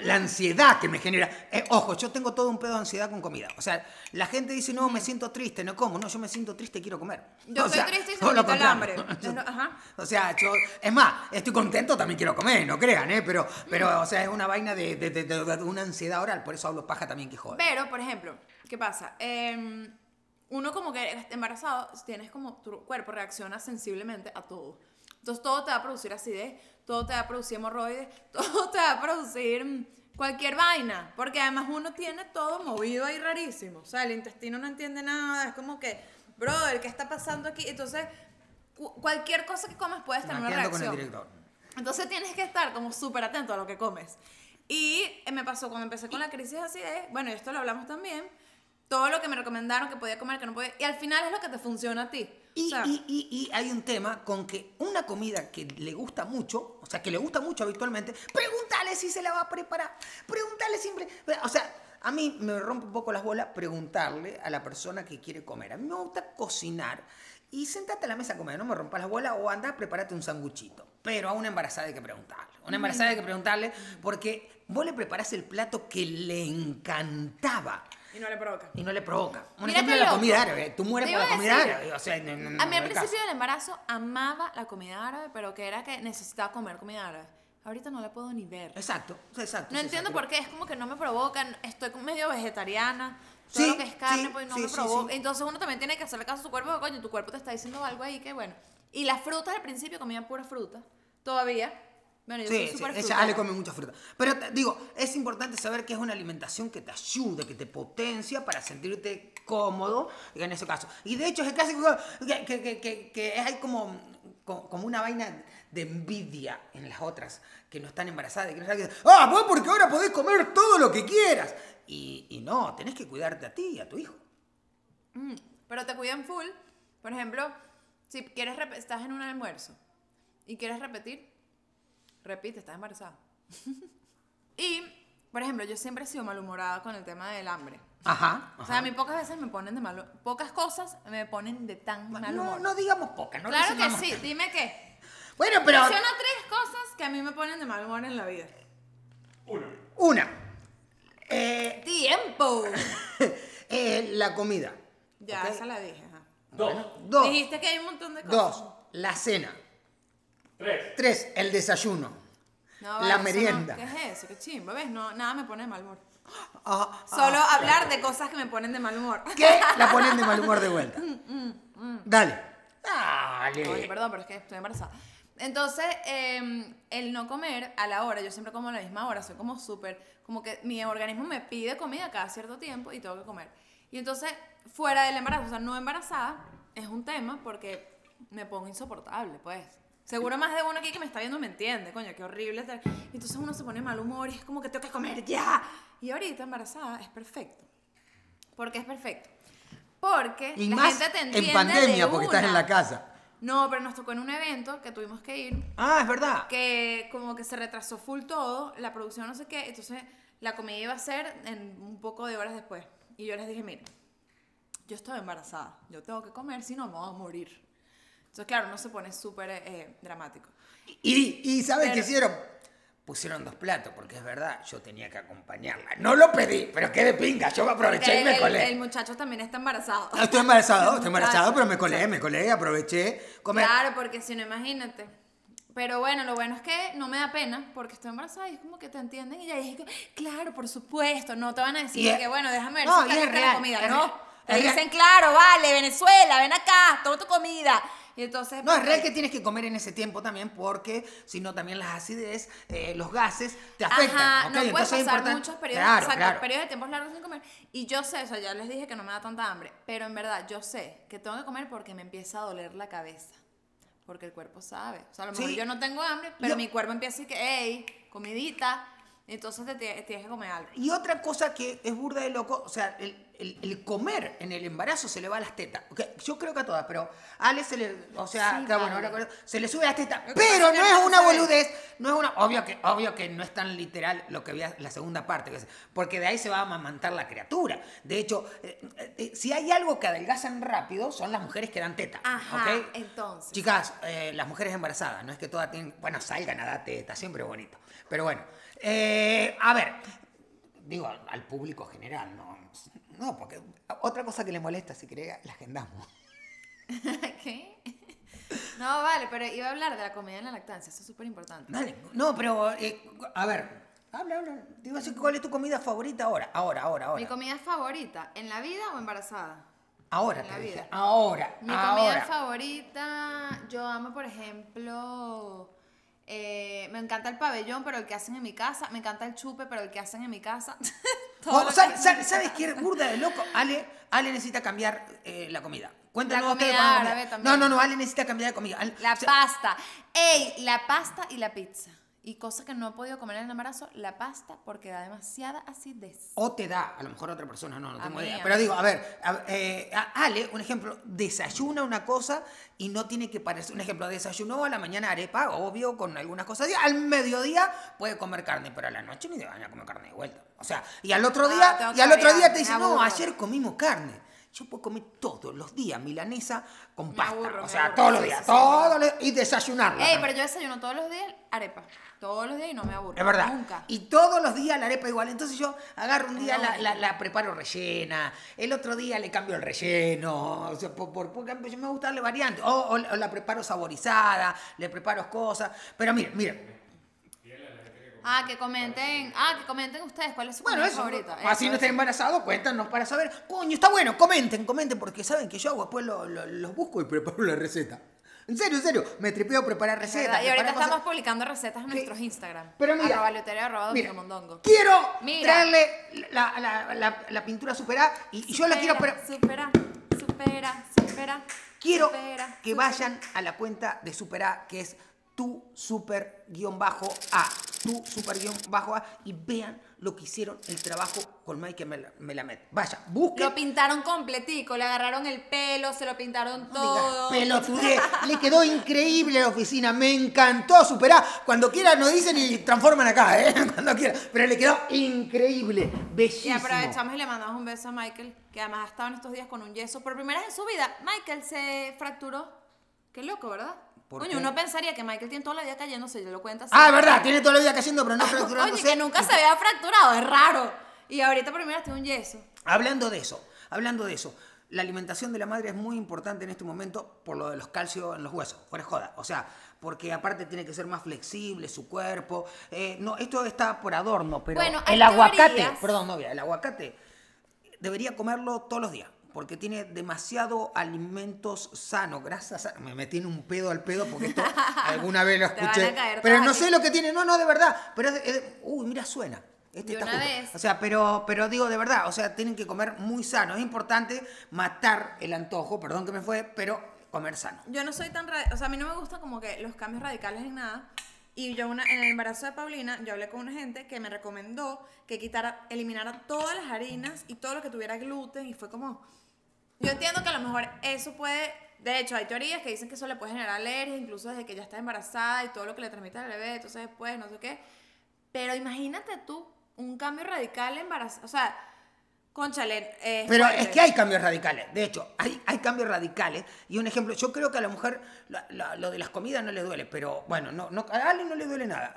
[SPEAKER 5] la ansiedad que me genera. Eh, ojo, yo tengo todo un pedo de ansiedad con comida. O sea, la gente dice, no, me siento triste, no como. No, yo me siento triste, quiero comer.
[SPEAKER 2] Yo
[SPEAKER 5] O
[SPEAKER 2] soy
[SPEAKER 5] sea,
[SPEAKER 2] triste y se
[SPEAKER 5] todo
[SPEAKER 2] me
[SPEAKER 5] lo
[SPEAKER 2] quita el
[SPEAKER 5] contrario.
[SPEAKER 2] hambre. Yo no- ajá.
[SPEAKER 5] O sea, yo, es más, estoy contento, también quiero comer, no crean, ¿eh? Pero, pero o sea, es una vaina de, de- de- de- de una ansiedad oral, por eso hablo paja también que jode.
[SPEAKER 2] Pero, por ejemplo, ¿qué pasa? Eh, uno como que embarazado, tienes como tu cuerpo reacciona sensiblemente a todo. Entonces todo te va a producir acidez, todo te va a producir hemorroides, todo te va a producir mm, cualquier vaina. Porque además uno tiene todo movido ahí rarísimo. O sea, el intestino no entiende nada, es como que, brother, ¿qué está pasando aquí? Entonces, cu- cualquier cosa que comas puedes tener una
[SPEAKER 5] Mateando
[SPEAKER 2] reacción.
[SPEAKER 5] con el director.
[SPEAKER 2] Entonces tienes que estar como súper atento a lo que comes. Y eh, me pasó cuando empecé con la crisis así de, bueno, y esto lo hablamos también, Todo lo que me recomendaron que podía comer, que no podía. Y al final es lo que te funciona a ti.
[SPEAKER 5] Y,
[SPEAKER 2] O sea,
[SPEAKER 5] y- y- y hay un tema con que una comida que le gusta mucho, o sea, que le gusta mucho habitualmente, pregúntale si se la va a preparar. Pregúntale siempre. O sea, a mí me rompe un poco las bolas preguntarle a la persona que quiere comer. A mí me gusta cocinar y sentate a la mesa a comer, no me rompas las bolas o anda, prepárate un sanguchito. Pero a una embarazada hay que preguntarle. A Una embarazada hay que preguntarle porque vos le preparás el plato que le encantaba.
[SPEAKER 2] y no le provoca.
[SPEAKER 5] Y no le provoca. Un
[SPEAKER 2] Mira
[SPEAKER 5] ejemplo
[SPEAKER 2] qué
[SPEAKER 5] es la
[SPEAKER 2] loco.
[SPEAKER 5] comida árabe. Tú mueres
[SPEAKER 2] Te
[SPEAKER 5] por
[SPEAKER 2] iba
[SPEAKER 5] la
[SPEAKER 2] a
[SPEAKER 5] comida
[SPEAKER 2] decir.
[SPEAKER 5] árabe. O sea, Mm, no, no, no,
[SPEAKER 2] A mí al
[SPEAKER 5] no me
[SPEAKER 2] principio del embarazo amaba la comida árabe, pero que era que necesitaba comer comida árabe. Ahorita no la puedo ni ver.
[SPEAKER 5] Exacto, exacto.
[SPEAKER 2] No
[SPEAKER 5] sí,
[SPEAKER 2] entiendo
[SPEAKER 5] exacto.
[SPEAKER 2] por qué, es como que no me provocan, estoy como medio vegetariana, todo
[SPEAKER 5] Sí,
[SPEAKER 2] lo que es carne
[SPEAKER 5] sí,
[SPEAKER 2] pues no
[SPEAKER 5] sí,
[SPEAKER 2] me
[SPEAKER 5] sí,
[SPEAKER 2] provoca.
[SPEAKER 5] sí.
[SPEAKER 2] Entonces uno también tiene que hacerle caso a su cuerpo, porque, coño, tu cuerpo te está diciendo algo ahí que bueno. Y las frutas al principio comían pura fruta, todavía. Bueno, yo
[SPEAKER 5] Sí,
[SPEAKER 2] soy
[SPEAKER 5] sí,
[SPEAKER 2] súper
[SPEAKER 5] ella ah,
[SPEAKER 2] fruta.
[SPEAKER 5] le come mucha fruta. Pero te- digo, es importante saber que es una alimentación que te ayuda, que te potencia para sentirte cómodo en ese caso. Y de hecho es el clásico que, que, que- que- que hay como, co- como una vaina de envidia en las otras que no están embarazadas y que no saben que- ¡Ah, vos porque ahora podés comer todo lo que quieras! Y, y no, tenés que cuidarte a ti y a tu hijo.
[SPEAKER 2] Mm, pero te cuidan full. Por ejemplo, si quieres rep- estás en un almuerzo y quieres repetir, repite, estás embarazada. y, por ejemplo, yo siempre he sido malhumorada con el tema del hambre.
[SPEAKER 5] Ajá.
[SPEAKER 2] O sea, a mí pocas veces me ponen de malo, pocas cosas me ponen de tan mal
[SPEAKER 5] no,
[SPEAKER 2] humor.
[SPEAKER 5] no digamos poca, no
[SPEAKER 2] claro que
[SPEAKER 5] resumamos.
[SPEAKER 2] sí, dime qué.
[SPEAKER 5] Bueno, pero
[SPEAKER 2] Menciona tres cosas que a mí me ponen de mal humor en la vida.
[SPEAKER 5] una. Eh,
[SPEAKER 2] Tiempo.
[SPEAKER 5] Eh, la comida.
[SPEAKER 2] Ya,
[SPEAKER 5] ¿ok?
[SPEAKER 2] esa la dije. ajá.
[SPEAKER 5] Bueno, dos.
[SPEAKER 2] Dijiste que hay un montón de cosas.
[SPEAKER 5] Dos. La cena. Tres. El desayuno.
[SPEAKER 2] No,
[SPEAKER 5] la
[SPEAKER 2] vale, eso no-
[SPEAKER 5] merienda.
[SPEAKER 2] ¿Qué es eso? ¿Qué chimbo? ¿Ves? No, nada me pone de mal humor.
[SPEAKER 5] Ah,
[SPEAKER 2] Solo hablar de cosas que me ponen de mal humor.
[SPEAKER 5] ¿Qué? La ponen de mal humor de vuelta.
[SPEAKER 2] Mm,
[SPEAKER 5] Dale. Dale.
[SPEAKER 2] Oye, perdón, pero es que estoy embarazada. Entonces, eh, el no comer a la hora, yo siempre como a la misma hora, soy como súper, como que mi organismo me pide comida cada cierto tiempo y tengo que comer. Y entonces, fuera del embarazo, o sea, no embarazada, es un tema porque me pongo insoportable, pues. Seguro más de uno aquí que me está viendo me entiende, coño, qué horrible. tal. Y Entonces uno se pone de mal humor y es como que tengo que comer ya. Y ahorita embarazada es perfecto. ¿Por qué es perfecto? Porque
[SPEAKER 5] y
[SPEAKER 2] la
[SPEAKER 5] más
[SPEAKER 2] gente te entiende
[SPEAKER 5] en
[SPEAKER 2] de
[SPEAKER 5] pandemia porque estás en
[SPEAKER 2] una.
[SPEAKER 5] la casa.
[SPEAKER 2] No, pero nos tocó en un evento que tuvimos que ir,
[SPEAKER 5] Ah, es verdad.
[SPEAKER 2] que como que se retrasó full todo, la producción no sé qué, entonces la comida iba a ser en un poco de horas después. Y yo les dije, miren, yo estaba embarazada, yo tengo que comer, si no me voy a morir. Entonces, claro, no se pone súper eh, dramático.
[SPEAKER 5] Y, y ¿sabes qué
[SPEAKER 2] Pero-
[SPEAKER 5] hicieron? Pusieron dos platos, porque es verdad, yo tenía que acompañarla. No lo pedí, pero qué de pinga, yo me aproveché y
[SPEAKER 2] el,
[SPEAKER 5] me
[SPEAKER 2] el-
[SPEAKER 5] colé.
[SPEAKER 2] el muchacho también está embarazado.
[SPEAKER 5] Ah, Estoy embarazado, estoy embarazado,
[SPEAKER 2] Muchacho,
[SPEAKER 5] pero me colé,
[SPEAKER 2] muchacho.
[SPEAKER 5] me colé, aproveché. Comer.
[SPEAKER 2] Claro, porque si no, imagínate. Pero bueno, lo bueno es que no me da pena porque estoy embarazada y es como que te entienden y ya dije, claro, por supuesto, no te van a decir
[SPEAKER 5] Y es-
[SPEAKER 2] que bueno, déjame ver
[SPEAKER 5] No,
[SPEAKER 2] si
[SPEAKER 5] y es
[SPEAKER 2] caliente la
[SPEAKER 5] real,
[SPEAKER 2] comida,
[SPEAKER 5] es
[SPEAKER 2] no.
[SPEAKER 5] real,
[SPEAKER 2] Te
[SPEAKER 5] es real.
[SPEAKER 2] dicen, claro, vale, Venezuela, ven acá, toma tu comida. Y entonces
[SPEAKER 5] No, es real que tienes que comer en ese tiempo también porque si no también las acidez, eh, los gases te afectan.
[SPEAKER 2] Ajá,
[SPEAKER 5] ¿ok?
[SPEAKER 2] no puedes
[SPEAKER 5] Entonces es
[SPEAKER 2] pasar
[SPEAKER 5] importante-
[SPEAKER 2] muchos periodos,
[SPEAKER 5] Claro,
[SPEAKER 2] exacto,
[SPEAKER 5] claro.
[SPEAKER 2] periodos de tiempos largos sin comer. Y yo sé, o sea, ya les dije que no me da tanta hambre, pero en verdad yo sé que tengo que comer porque me empieza a doler la cabeza. Porque el cuerpo sabe. O sea, a lo mejor
[SPEAKER 5] Sí.
[SPEAKER 2] yo no tengo hambre, pero
[SPEAKER 5] Yo-
[SPEAKER 2] mi cuerpo empieza a decir que, hey, comidita. Entonces te tie- tienes que comer algo.
[SPEAKER 5] Y otra cosa que es burda de loco, o sea, el, el- el comer en el embarazo se le va a las tetas. Ok, Yo creo que a todas, pero a Ale se le, o sea,
[SPEAKER 2] Sí,
[SPEAKER 5] claro, bueno,
[SPEAKER 2] vale.
[SPEAKER 5] ahora acuerdo, se le sube a las tetas.
[SPEAKER 2] Lo que
[SPEAKER 5] Pero
[SPEAKER 2] pasa es que
[SPEAKER 5] no es
[SPEAKER 2] no
[SPEAKER 5] una
[SPEAKER 2] se ve.
[SPEAKER 5] boludez, no es una, obvio que, obvio que no es tan literal lo que veía la segunda parte, que es- porque de ahí se va a amamantar la criatura. De hecho, eh, eh, si hay algo que adelgazan rápido, son las mujeres que dan teta.
[SPEAKER 2] Ajá,
[SPEAKER 5] ¿ok?
[SPEAKER 2] entonces.
[SPEAKER 5] Chicas, eh, las mujeres embarazadas, no es que todas tienen, bueno, salgan a dar teta, siempre es bonito. Pero bueno, eh, a ver, digo al, al público general, no, no, porque otra cosa que le molesta, si querés, la agendamos.
[SPEAKER 2] ¿Qué? No, vale, pero iba a hablar de la comida en la lactancia, eso es súper importante.
[SPEAKER 5] Dale, no, pero, eh, a ver, habla, habla, digo, así, ¿cuál es tu comida favorita ahora? Ahora, ahora,
[SPEAKER 2] ¿Mi
[SPEAKER 5] ahora.
[SPEAKER 2] comida favorita? ¿En la vida o embarazada?
[SPEAKER 5] Ahora
[SPEAKER 2] en la
[SPEAKER 5] te dije,
[SPEAKER 2] vida.
[SPEAKER 5] ahora,
[SPEAKER 2] Mi comida
[SPEAKER 5] ahora.
[SPEAKER 2] favorita, yo amo, por ejemplo, eh, me encanta el pabellón, pero el que hacen en mi casa. Me encanta el chupe, pero el que hacen en mi casa. Todo
[SPEAKER 5] Oh,
[SPEAKER 2] lo que
[SPEAKER 5] ¿sabes,
[SPEAKER 2] hacen en mi
[SPEAKER 5] sabes,
[SPEAKER 2] casa.
[SPEAKER 5] sabes qué? Burda de loco. Ale, Ale necesita cambiar eh, la comida. Cuéntanos
[SPEAKER 2] La
[SPEAKER 5] ustedes
[SPEAKER 2] comida
[SPEAKER 5] cuál es la
[SPEAKER 2] árabe
[SPEAKER 5] comida.
[SPEAKER 2] también.
[SPEAKER 5] No, no, no. Ale necesita cambiar de comida. Ale-
[SPEAKER 2] La
[SPEAKER 5] se-
[SPEAKER 2] pasta. ¡Ey! La pasta y la pizza. Y cosa que no he podido comer en el embarazo, la pasta, porque da demasiada acidez.
[SPEAKER 5] O te da, a lo mejor a otra persona, no, no
[SPEAKER 2] A
[SPEAKER 5] tengo
[SPEAKER 2] mí,
[SPEAKER 5] idea.
[SPEAKER 2] a
[SPEAKER 5] Pero
[SPEAKER 2] mí.
[SPEAKER 5] digo, a ver, a- eh, a- Ale, un ejemplo, desayuna una cosa y no tiene que parecer. Un ejemplo, desayunó a la mañana arepa, obvio, con algunas cosas. Y al mediodía puede comer carne, pero a la noche ni le van a comer carne de vuelta. O sea, y al otro
[SPEAKER 2] Ah,
[SPEAKER 5] día,
[SPEAKER 2] tengo
[SPEAKER 5] y al otro
[SPEAKER 2] tarea,
[SPEAKER 5] día te
[SPEAKER 2] me
[SPEAKER 5] dicen, no,
[SPEAKER 2] aburro".
[SPEAKER 5] ayer comimos carne. Yo puedo comer todos los días milanesa con pasta.
[SPEAKER 2] aburro,
[SPEAKER 5] o
[SPEAKER 2] me
[SPEAKER 5] sea,
[SPEAKER 2] aburro.
[SPEAKER 5] todos los
[SPEAKER 2] Sí,
[SPEAKER 5] días,
[SPEAKER 2] sí, sí, me
[SPEAKER 5] todos los- y desayunarla.
[SPEAKER 2] Ey,
[SPEAKER 5] ¿no?
[SPEAKER 2] pero yo desayuno todos los días arepa. Todos los días y no me aburro.
[SPEAKER 5] Es verdad.
[SPEAKER 2] Nunca.
[SPEAKER 5] Y todos los días la arepa igual. Entonces yo agarro un día,
[SPEAKER 2] No.
[SPEAKER 5] la, la- la preparo rellena, el otro día le cambio el relleno. O sea, por, por, por ejemplo, yo me gusta darle variantes. O, o- o la preparo saborizada, le preparo cosas. Pero miren, miren.
[SPEAKER 2] Ah, que comenten. Ah, que comenten ustedes cuál es su
[SPEAKER 5] Bueno,
[SPEAKER 2] comida
[SPEAKER 5] eso.
[SPEAKER 2] favorita.
[SPEAKER 5] Así no
[SPEAKER 2] Eso,
[SPEAKER 5] estén embarazados, cuéntanos para saber. Coño, está bueno, comenten, comenten, porque saben que yo hago después lo- lo- los busco y preparo la receta. En serio, en serio, me tripeo preparar
[SPEAKER 2] es verdad.
[SPEAKER 5] recetas.
[SPEAKER 2] Y ahorita
[SPEAKER 5] preparar cosas.
[SPEAKER 2] estamos publicando recetas en
[SPEAKER 5] Sí.
[SPEAKER 2] nuestros Instagram.
[SPEAKER 5] Pero mira,
[SPEAKER 2] Arroba Leoterio, arroba
[SPEAKER 5] mira,
[SPEAKER 2] Domingo Mondongo.
[SPEAKER 5] Quiero
[SPEAKER 2] Mira.
[SPEAKER 5] traerle la, la- la- la pintura superada y, y yo la quiero, pero
[SPEAKER 2] Supera, supera, supera.
[SPEAKER 5] quiero
[SPEAKER 2] supera,
[SPEAKER 5] que
[SPEAKER 2] supera.
[SPEAKER 5] vayan a la cuenta de superá que es tu super guión bajo a tu super guión bajo a y vean lo que hicieron el trabajo con Mike Mel- Melamed. Vaya, busquen.
[SPEAKER 2] Lo pintaron completico, le agarraron el pelo, se lo pintaron todo.
[SPEAKER 5] Diga, pelotudez. Le quedó increíble la oficina. Me encantó superar. Cuando quiera nos dicen y transforman acá, ¿eh? Cuando quiera. Pero le quedó increíble.
[SPEAKER 2] Y
[SPEAKER 5] Bellísimo.
[SPEAKER 2] aprovechamos y le mandamos un beso a Michael, que además ha estado en estos días con un yeso. Por primera vez en su vida, Michael se fracturó. Qué loco, ¿verdad?
[SPEAKER 5] ¿Por
[SPEAKER 2] Coño,
[SPEAKER 5] qué?
[SPEAKER 2] uno pensaría que Michael tiene toda la vida cayéndose, yo lo cuento así.
[SPEAKER 5] Ah, es verdad, tiene toda la vida cayendo, pero no
[SPEAKER 2] Oye,
[SPEAKER 5] fracturándose.
[SPEAKER 2] que nunca se había fracturado, es raro. Y ahorita por primera vez tiene un yeso.
[SPEAKER 5] Hablando de eso, hablando de eso, la alimentación de la madre es muy importante en este momento por lo de los calcios en los huesos, fuera de joda. O sea, porque aparte tiene que ser más flexible su cuerpo. Eh, no, esto está por adorno, pero
[SPEAKER 2] Bueno, hay
[SPEAKER 5] el aguacate,
[SPEAKER 2] teorías.
[SPEAKER 5] perdón, novia, el aguacate debería comerlo todos los días. Porque tiene demasiado alimentos sanos, grasas sanas. Me metí en un pedo al pedo porque esto alguna vez lo
[SPEAKER 2] Te van a
[SPEAKER 5] escuché.
[SPEAKER 2] caer
[SPEAKER 5] Pero
[SPEAKER 2] todas
[SPEAKER 5] no
[SPEAKER 2] aquí.
[SPEAKER 5] sé lo que tiene. No, no, de verdad. Pero es de- es de- uy, mira, suena. Este
[SPEAKER 2] De
[SPEAKER 5] está
[SPEAKER 2] una
[SPEAKER 5] justo.
[SPEAKER 2] vez.
[SPEAKER 5] O sea, pero, pero digo de verdad, o sea, tienen que comer muy sano. Es importante matar el antojo, perdón que me fue, pero comer sano.
[SPEAKER 2] Yo no soy tan radical, o sea, a mí no me gusta como que los cambios radicales en nada. Y yo una, en el embarazo de Paulina, yo hablé con una gente que me recomendó que quitara, eliminara todas las harinas y todo lo que tuviera gluten y fue como, yo entiendo que a lo mejor eso puede, de hecho hay teorías que dicen que eso le puede generar alergias, incluso desde que ya está embarazada y todo lo que le transmite al bebé, entonces después, no sé qué. Pero imagínate tú un cambio radical embarazada, o sea, conchale, eh,
[SPEAKER 5] Pero
[SPEAKER 2] fuerte.
[SPEAKER 5] es que hay cambios radicales. De hecho, hay, hay cambios radicales. Y un ejemplo, yo creo que a la mujer la- la- lo de las comidas no le duele, pero bueno, no, no, a Ale no le duele nada.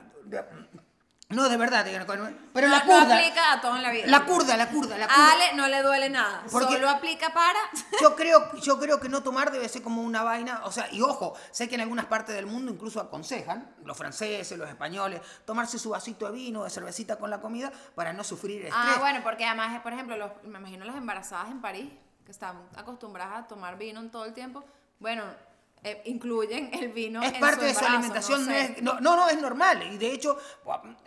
[SPEAKER 5] No, de verdad. digo, no, Pero
[SPEAKER 2] no,
[SPEAKER 5] la
[SPEAKER 2] no
[SPEAKER 5] curda.
[SPEAKER 2] aplica a todo en la vida.
[SPEAKER 5] La curda, la curda, la curda.
[SPEAKER 2] A Ale no le duele nada.
[SPEAKER 5] Porque-
[SPEAKER 2] Solo aplica para.
[SPEAKER 5] Yo creo, yo creo que no tomar debe ser como una vaina, o sea, y ojo, sé que en algunas partes del mundo incluso aconsejan, los franceses, los españoles, tomarse su vasito de vino, de cervecita con la comida para no sufrir estrés.
[SPEAKER 2] Ah, bueno, porque además, por ejemplo, los- me imagino las embarazadas en París, que están acostumbradas a tomar vino en todo el tiempo. Bueno, eh, incluyen el vino.
[SPEAKER 5] es
[SPEAKER 2] en
[SPEAKER 5] parte de su
[SPEAKER 2] embarazo,
[SPEAKER 5] alimentación,
[SPEAKER 2] no
[SPEAKER 5] no,
[SPEAKER 2] sé.
[SPEAKER 5] es- no, no, no, es normal. Y de hecho,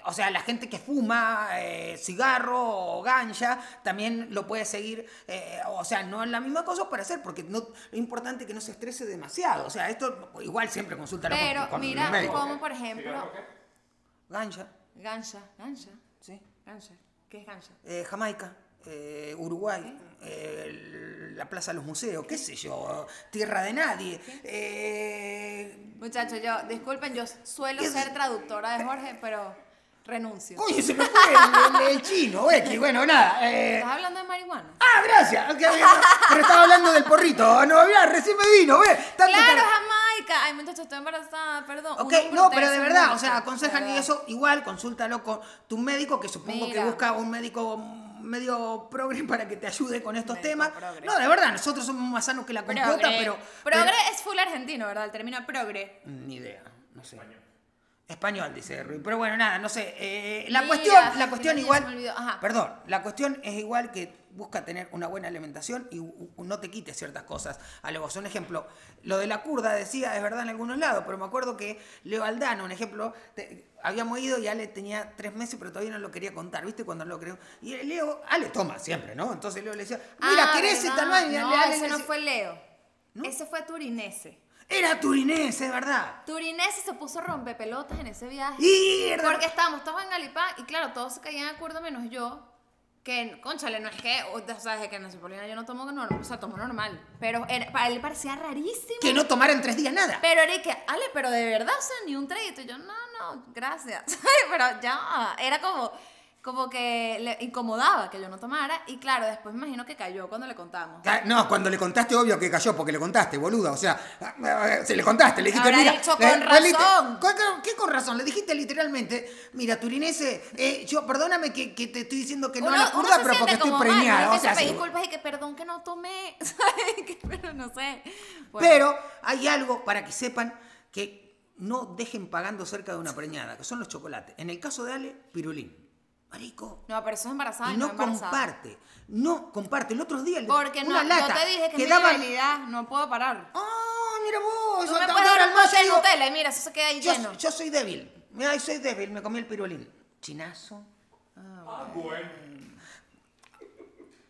[SPEAKER 5] o sea, la gente que fuma eh, cigarro o ganja también lo puede seguir, eh, o sea, no es la misma cosa para hacer, porque no, lo importante es que no se estrese demasiado. O sea, esto igual siempre consulta
[SPEAKER 2] Pero
[SPEAKER 5] con, el
[SPEAKER 2] mira,
[SPEAKER 5] médico.
[SPEAKER 2] como por ejemplo.
[SPEAKER 5] Ganja,
[SPEAKER 2] Gancha, gancha,
[SPEAKER 5] sí.
[SPEAKER 2] gancha. ¿Qué es gancha?
[SPEAKER 5] eh, Jamaica, eh, Uruguay, eh, la Plaza de los Museos, qué sé yo, Tierra de Nadie. eh,
[SPEAKER 2] Muchachos, yo, disculpen, yo suelo
[SPEAKER 5] ¿Qué es?
[SPEAKER 2] ser traductora de Jorge, pero renuncio.
[SPEAKER 5] coño, se me fue el, el- el chino, X, bueno, nada. eh,
[SPEAKER 2] ¿Estás hablando de marihuana?
[SPEAKER 5] Ah, gracias. ok, Pero estaba hablando del porrito. ah, No, mirá, recién me vino, ve. tanto
[SPEAKER 2] Claro,
[SPEAKER 5] que-
[SPEAKER 2] Jamaica. Ay, muchachos, estoy embarazada, perdón.
[SPEAKER 5] Ok,
[SPEAKER 2] Uno
[SPEAKER 5] no,
[SPEAKER 2] protesta
[SPEAKER 5] pero de verdad,
[SPEAKER 2] mucho,
[SPEAKER 5] o sea, aconsejan
[SPEAKER 2] de
[SPEAKER 5] y
[SPEAKER 2] verdad.
[SPEAKER 5] eso, igual consúltalo con tu médico, que supongo
[SPEAKER 2] Mira.
[SPEAKER 5] que busca un médico medio progre para que te ayude con estos
[SPEAKER 2] Médico
[SPEAKER 5] temas.
[SPEAKER 2] progre.
[SPEAKER 5] No, de verdad, nosotros somos más sanos que la compota,
[SPEAKER 2] Progre.
[SPEAKER 5] pero...
[SPEAKER 2] Progre
[SPEAKER 5] pero-
[SPEAKER 2] es full argentino, ¿verdad? El término progre.
[SPEAKER 5] Ni idea, no sé. Español. dice Rui. Pero bueno, nada, no sé. eh, la
[SPEAKER 2] Mira,
[SPEAKER 5] cuestión, la
[SPEAKER 2] Argentina
[SPEAKER 5] cuestión
[SPEAKER 2] ya
[SPEAKER 5] igual.
[SPEAKER 2] se me olvidó, ajá.
[SPEAKER 5] Perdón, la cuestión es igual que busca tener una buena alimentación y u- u- no te quites ciertas cosas a la voz. Un ejemplo, lo de la curda decía, es verdad en algunos lados, pero me acuerdo que Leo Aldano, un ejemplo, te- habíamos ido y Ale tenía tres meses, pero todavía no lo quería contar, ¿viste? Cuando no lo creo. Y Leo, Ale toma siempre, ¿no? Entonces Leo le decía, mira,
[SPEAKER 2] Ah,
[SPEAKER 5] ¿querés
[SPEAKER 2] ¿verdad?
[SPEAKER 5] esta vaina? Y
[SPEAKER 2] No,
[SPEAKER 5] Ale le
[SPEAKER 2] ese no
[SPEAKER 5] decía-
[SPEAKER 2] fue Leo. Ese fue Turinese.
[SPEAKER 5] Era turinés, es verdad.
[SPEAKER 2] Turinese se puso rompepelotas en ese viaje.
[SPEAKER 5] Y era-
[SPEAKER 2] Porque estábamos todos en Galipán y claro, todos se caían de acuerdo menos yo. Que, conchale, no es que, o o sea, desde que nací Paulina yo no tomo normal, o sea, tomo normal. Pero era- para él parecía rarísimo.
[SPEAKER 5] Que no tomaran tres días nada.
[SPEAKER 2] Pero era y que, Ale, pero de verdad, o sea, ni un traguito. Y yo, no, no, gracias. ¿sabes? pero ya, era como, como que le incomodaba que yo no tomara. Y claro, después me imagino que cayó cuando le contamos.
[SPEAKER 5] Ah, No, cuando le contaste, obvio que cayó, porque le contaste, boluda. O sea, ah, ah, se le contaste, le dijiste,
[SPEAKER 2] Habrá
[SPEAKER 5] mira.
[SPEAKER 2] dicho
[SPEAKER 5] le-
[SPEAKER 2] con
[SPEAKER 5] le- le-
[SPEAKER 2] razón.
[SPEAKER 5] ¿Con- con- ¿Qué con razón? Le dijiste literalmente, mira, Turinese, eh, yo perdóname que, que te estoy diciendo que no a la curva, pero porque estoy preñada.
[SPEAKER 2] o
[SPEAKER 5] o sea,
[SPEAKER 2] pedí
[SPEAKER 5] sí.
[SPEAKER 2] disculpas y que perdón que no tomé, ¿sabes? Que, pero no sé. Bueno,
[SPEAKER 5] Pero hay algo para que sepan que no dejen pagando cerca de una preñada, que son los chocolates. En el caso de Ale, pirulín. Marico.
[SPEAKER 2] No, pero eso es embarazada
[SPEAKER 5] Y
[SPEAKER 2] y
[SPEAKER 5] no,
[SPEAKER 2] no, embarazada.
[SPEAKER 5] comparte, no comparte. El otro día, le-
[SPEAKER 2] Porque
[SPEAKER 5] una
[SPEAKER 2] no,
[SPEAKER 5] lata
[SPEAKER 2] yo te dije que,
[SPEAKER 5] que
[SPEAKER 2] es
[SPEAKER 5] daba-
[SPEAKER 2] mi realidad, no puedo parar.
[SPEAKER 5] ¡Ah, mira vos!
[SPEAKER 2] Tú me
[SPEAKER 5] hasta
[SPEAKER 2] puedes
[SPEAKER 5] ahora el
[SPEAKER 2] dar un
[SPEAKER 5] más, yo
[SPEAKER 2] pastel
[SPEAKER 5] digo,
[SPEAKER 2] Nutella y mira, eso se queda ahí
[SPEAKER 5] Yo,
[SPEAKER 2] lleno.
[SPEAKER 5] yo soy débil. Ay, soy débil, me comí el pirulín. Chinazo. Ah,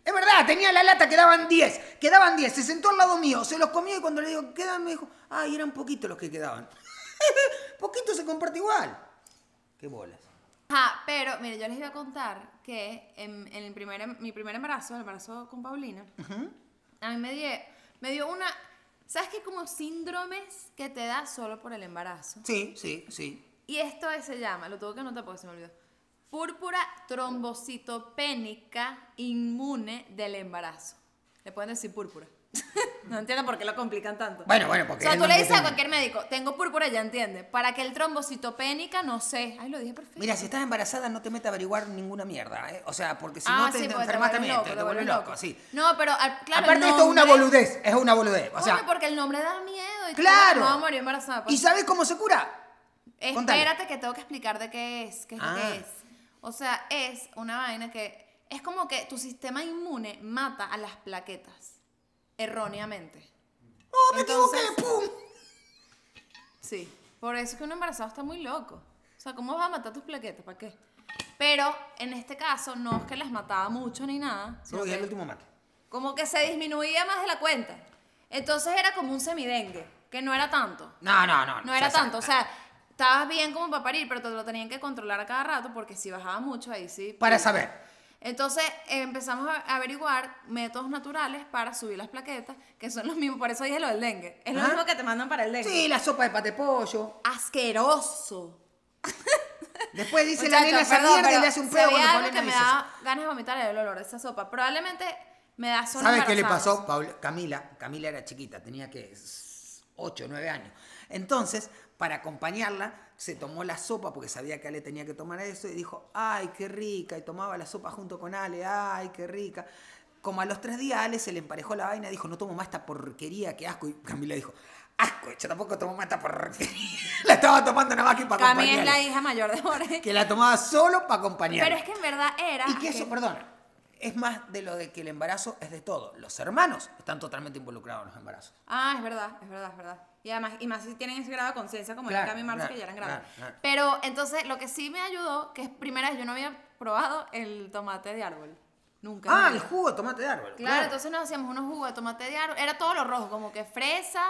[SPEAKER 5] Es verdad, tenía la lata, quedaban 10. Quedaban 10. Se sentó al lado mío, se los comió y cuando le digo, quedan, me dijo, ay, eran poquitos los que quedaban. Poquito se comparte igual. Qué bolas.
[SPEAKER 2] Ajá, pero mira, yo les iba a contar que en, en el primer, em- mi primer embarazo, el embarazo con Paulina, a mí me, die- me dio una... ¿Sabes qué? Como síndromes que te da solo por el embarazo.
[SPEAKER 5] Sí, sí, sí.
[SPEAKER 2] Y esto es- se llama, lo tuve que anotar porque se me olvidó. Púrpura trombocitopénica inmune del embarazo. Le pueden decir púrpura. no entiendo por qué lo complican tanto.
[SPEAKER 5] Bueno, bueno, porque
[SPEAKER 2] O sea,
[SPEAKER 5] él
[SPEAKER 2] tú
[SPEAKER 5] no
[SPEAKER 2] le
[SPEAKER 5] me
[SPEAKER 2] dices a
[SPEAKER 5] entiende.
[SPEAKER 2] cualquier médico, tengo púrpura, ya entiende. Para que el trombocitopénica, no sé. Ay, lo dije perfecto.
[SPEAKER 5] Mira, si estás embarazada no te metas a averiguar ninguna mierda, ¿eh? O sea, porque si no te, te
[SPEAKER 2] Ah, porque
[SPEAKER 5] enfermas
[SPEAKER 2] vuelves
[SPEAKER 5] también,
[SPEAKER 2] loco,
[SPEAKER 5] te, te vuelves loco, sí.
[SPEAKER 2] No, pero al- claro.
[SPEAKER 5] Aparte esto es una
[SPEAKER 2] boludez
[SPEAKER 5] boludez, es una boludez. O sea,
[SPEAKER 2] porque el nombre da miedo. Y tú,
[SPEAKER 5] Claro.
[SPEAKER 2] No, morí embarazada.
[SPEAKER 5] ¿Y
[SPEAKER 2] pues.
[SPEAKER 5] sabes cómo se cura? contale.
[SPEAKER 2] Espérate que tengo que explicar de qué es, qué es lo
[SPEAKER 5] Ah.
[SPEAKER 2] que es. O sea, es una vaina que es como que tu sistema inmune mata a las plaquetas erróneamente.
[SPEAKER 5] ¡Oh, me
[SPEAKER 2] Entonces-
[SPEAKER 5] equivoqué! ¡Pum!
[SPEAKER 2] Sí. Por eso es que un embarazado está muy loco. O sea, ¿cómo vas a matar tus plaquetas? ¿Para qué? Pero en este caso no es que las mataba mucho ni nada. sino
[SPEAKER 5] No, y el
[SPEAKER 2] que-
[SPEAKER 5] último mate.
[SPEAKER 2] como que se disminuía más de la cuenta. Entonces era como un semidengue, que no era tanto.
[SPEAKER 5] No, no, no.
[SPEAKER 2] No era tanto, o sea, estabas bien como para parir, pero te lo tenían que controlar a cada rato porque si bajaba mucho ahí sí.
[SPEAKER 5] Para saber.
[SPEAKER 2] Entonces eh, empezamos a averiguar métodos naturales para subir las plaquetas, que son los mismos, por eso dije lo del dengue. Es lo
[SPEAKER 5] Ajá.
[SPEAKER 2] mismo que te mandan para el dengue.
[SPEAKER 5] Sí, la sopa de pate pollo.
[SPEAKER 2] Asqueroso.
[SPEAKER 5] Después dice la
[SPEAKER 2] Muchachos,
[SPEAKER 5] nena esa
[SPEAKER 2] perdón,
[SPEAKER 5] mierda y
[SPEAKER 2] pero
[SPEAKER 5] le hace un
[SPEAKER 2] si
[SPEAKER 5] pedo
[SPEAKER 2] había
[SPEAKER 5] cuando
[SPEAKER 2] algo
[SPEAKER 5] Paulina
[SPEAKER 2] que me
[SPEAKER 5] dice eso.
[SPEAKER 2] da ganas de vomitar era el olor de esa sopa. Probablemente me da solo
[SPEAKER 5] ¿Sabes qué le
[SPEAKER 2] embarazada.
[SPEAKER 5] pasó? Paul- Camila, Camila era chiquita, tenía que 8, 9 años. Entonces, para acompañarla, se tomó la sopa porque sabía que Ale tenía que tomar eso y dijo, ay, qué rica. Y tomaba la sopa junto con Ale, ay, qué rica. Como a los tres días Ale se le emparejó la vaina y dijo, no tomo más esta porquería, qué asco. Y Camila dijo, asco, yo tampoco tomo más esta porquería. la estaba tomando nada más que para
[SPEAKER 2] Cami es
[SPEAKER 5] acompañarla.
[SPEAKER 2] la hija mayor de Jorge.
[SPEAKER 5] Que la tomaba solo para acompañarla.
[SPEAKER 2] Pero es que en verdad era.
[SPEAKER 5] Y que eso,
[SPEAKER 2] asqueroso.
[SPEAKER 5] perdona, es más de lo de que el embarazo es de todo. Los hermanos están totalmente involucrados en los embarazos.
[SPEAKER 2] Ah, es verdad, es verdad, es verdad. Y además, y más si tienen ese grado de conciencia, como
[SPEAKER 5] Claro,
[SPEAKER 2] el Cami y Marcia,
[SPEAKER 5] claro,
[SPEAKER 2] que ya eran graves.
[SPEAKER 5] claro, claro.
[SPEAKER 2] Pero entonces, lo que sí me ayudó, que es primera vez, yo no había probado el tomate de árbol. Nunca. en mi
[SPEAKER 5] Ah,
[SPEAKER 2] vida.
[SPEAKER 5] el jugo de tomate de árbol.
[SPEAKER 2] Claro, entonces nos hacíamos unos jugos de tomate de árbol. Era todo lo rojo, como que fresa,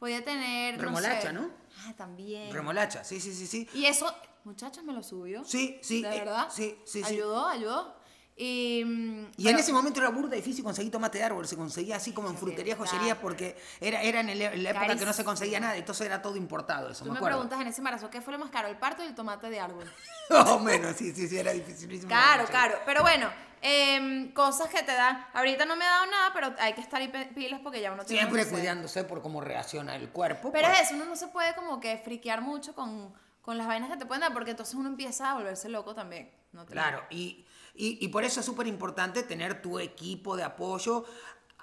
[SPEAKER 2] podía tener.
[SPEAKER 5] Remolacha,
[SPEAKER 2] sé.
[SPEAKER 5] ¿no?
[SPEAKER 2] Ah, también.
[SPEAKER 5] Remolacha, sí, sí, sí, sí.
[SPEAKER 2] Y eso, muchachos, me lo subió.
[SPEAKER 5] Sí, sí,
[SPEAKER 2] De
[SPEAKER 5] eh,
[SPEAKER 2] verdad.
[SPEAKER 5] sí, sí, sí.
[SPEAKER 2] Ayudó, ayudó. Y, mm,
[SPEAKER 5] Y en
[SPEAKER 2] pero-
[SPEAKER 5] ese momento era burda difícil conseguir tomate de árbol, se conseguía así como en
[SPEAKER 2] Sí,
[SPEAKER 5] frutería,
[SPEAKER 2] claro.
[SPEAKER 5] joyería, porque era, era en, el- en la época que no se
[SPEAKER 2] Carísimo.
[SPEAKER 5] conseguía nada, entonces era todo importado, eso
[SPEAKER 2] Tú
[SPEAKER 5] me
[SPEAKER 2] me
[SPEAKER 5] acuerdo.
[SPEAKER 2] preguntas en ese embarazo, ¿qué fue lo más caro? ¿El parto y el tomate de árbol?
[SPEAKER 5] Más o menos, sí, sí, sí, era dificilísimo.
[SPEAKER 2] Claro,
[SPEAKER 5] Sí.
[SPEAKER 2] claro. Pero bueno, em, cosas que te dan. Ahorita no me ha dado nada, pero hay que estar ahí pe- pilas porque ya uno tiene.
[SPEAKER 5] Siempre
[SPEAKER 2] no sé.
[SPEAKER 5] cuidándose por cómo reacciona el cuerpo.
[SPEAKER 2] Pero
[SPEAKER 5] pues.
[SPEAKER 2] es eso, uno no se puede como que friquear mucho con, con las vainas que te pueden dar porque entonces uno empieza a volverse loco también. No te-
[SPEAKER 5] Claro, y, y- y por eso es súper importante tener tu equipo de apoyo,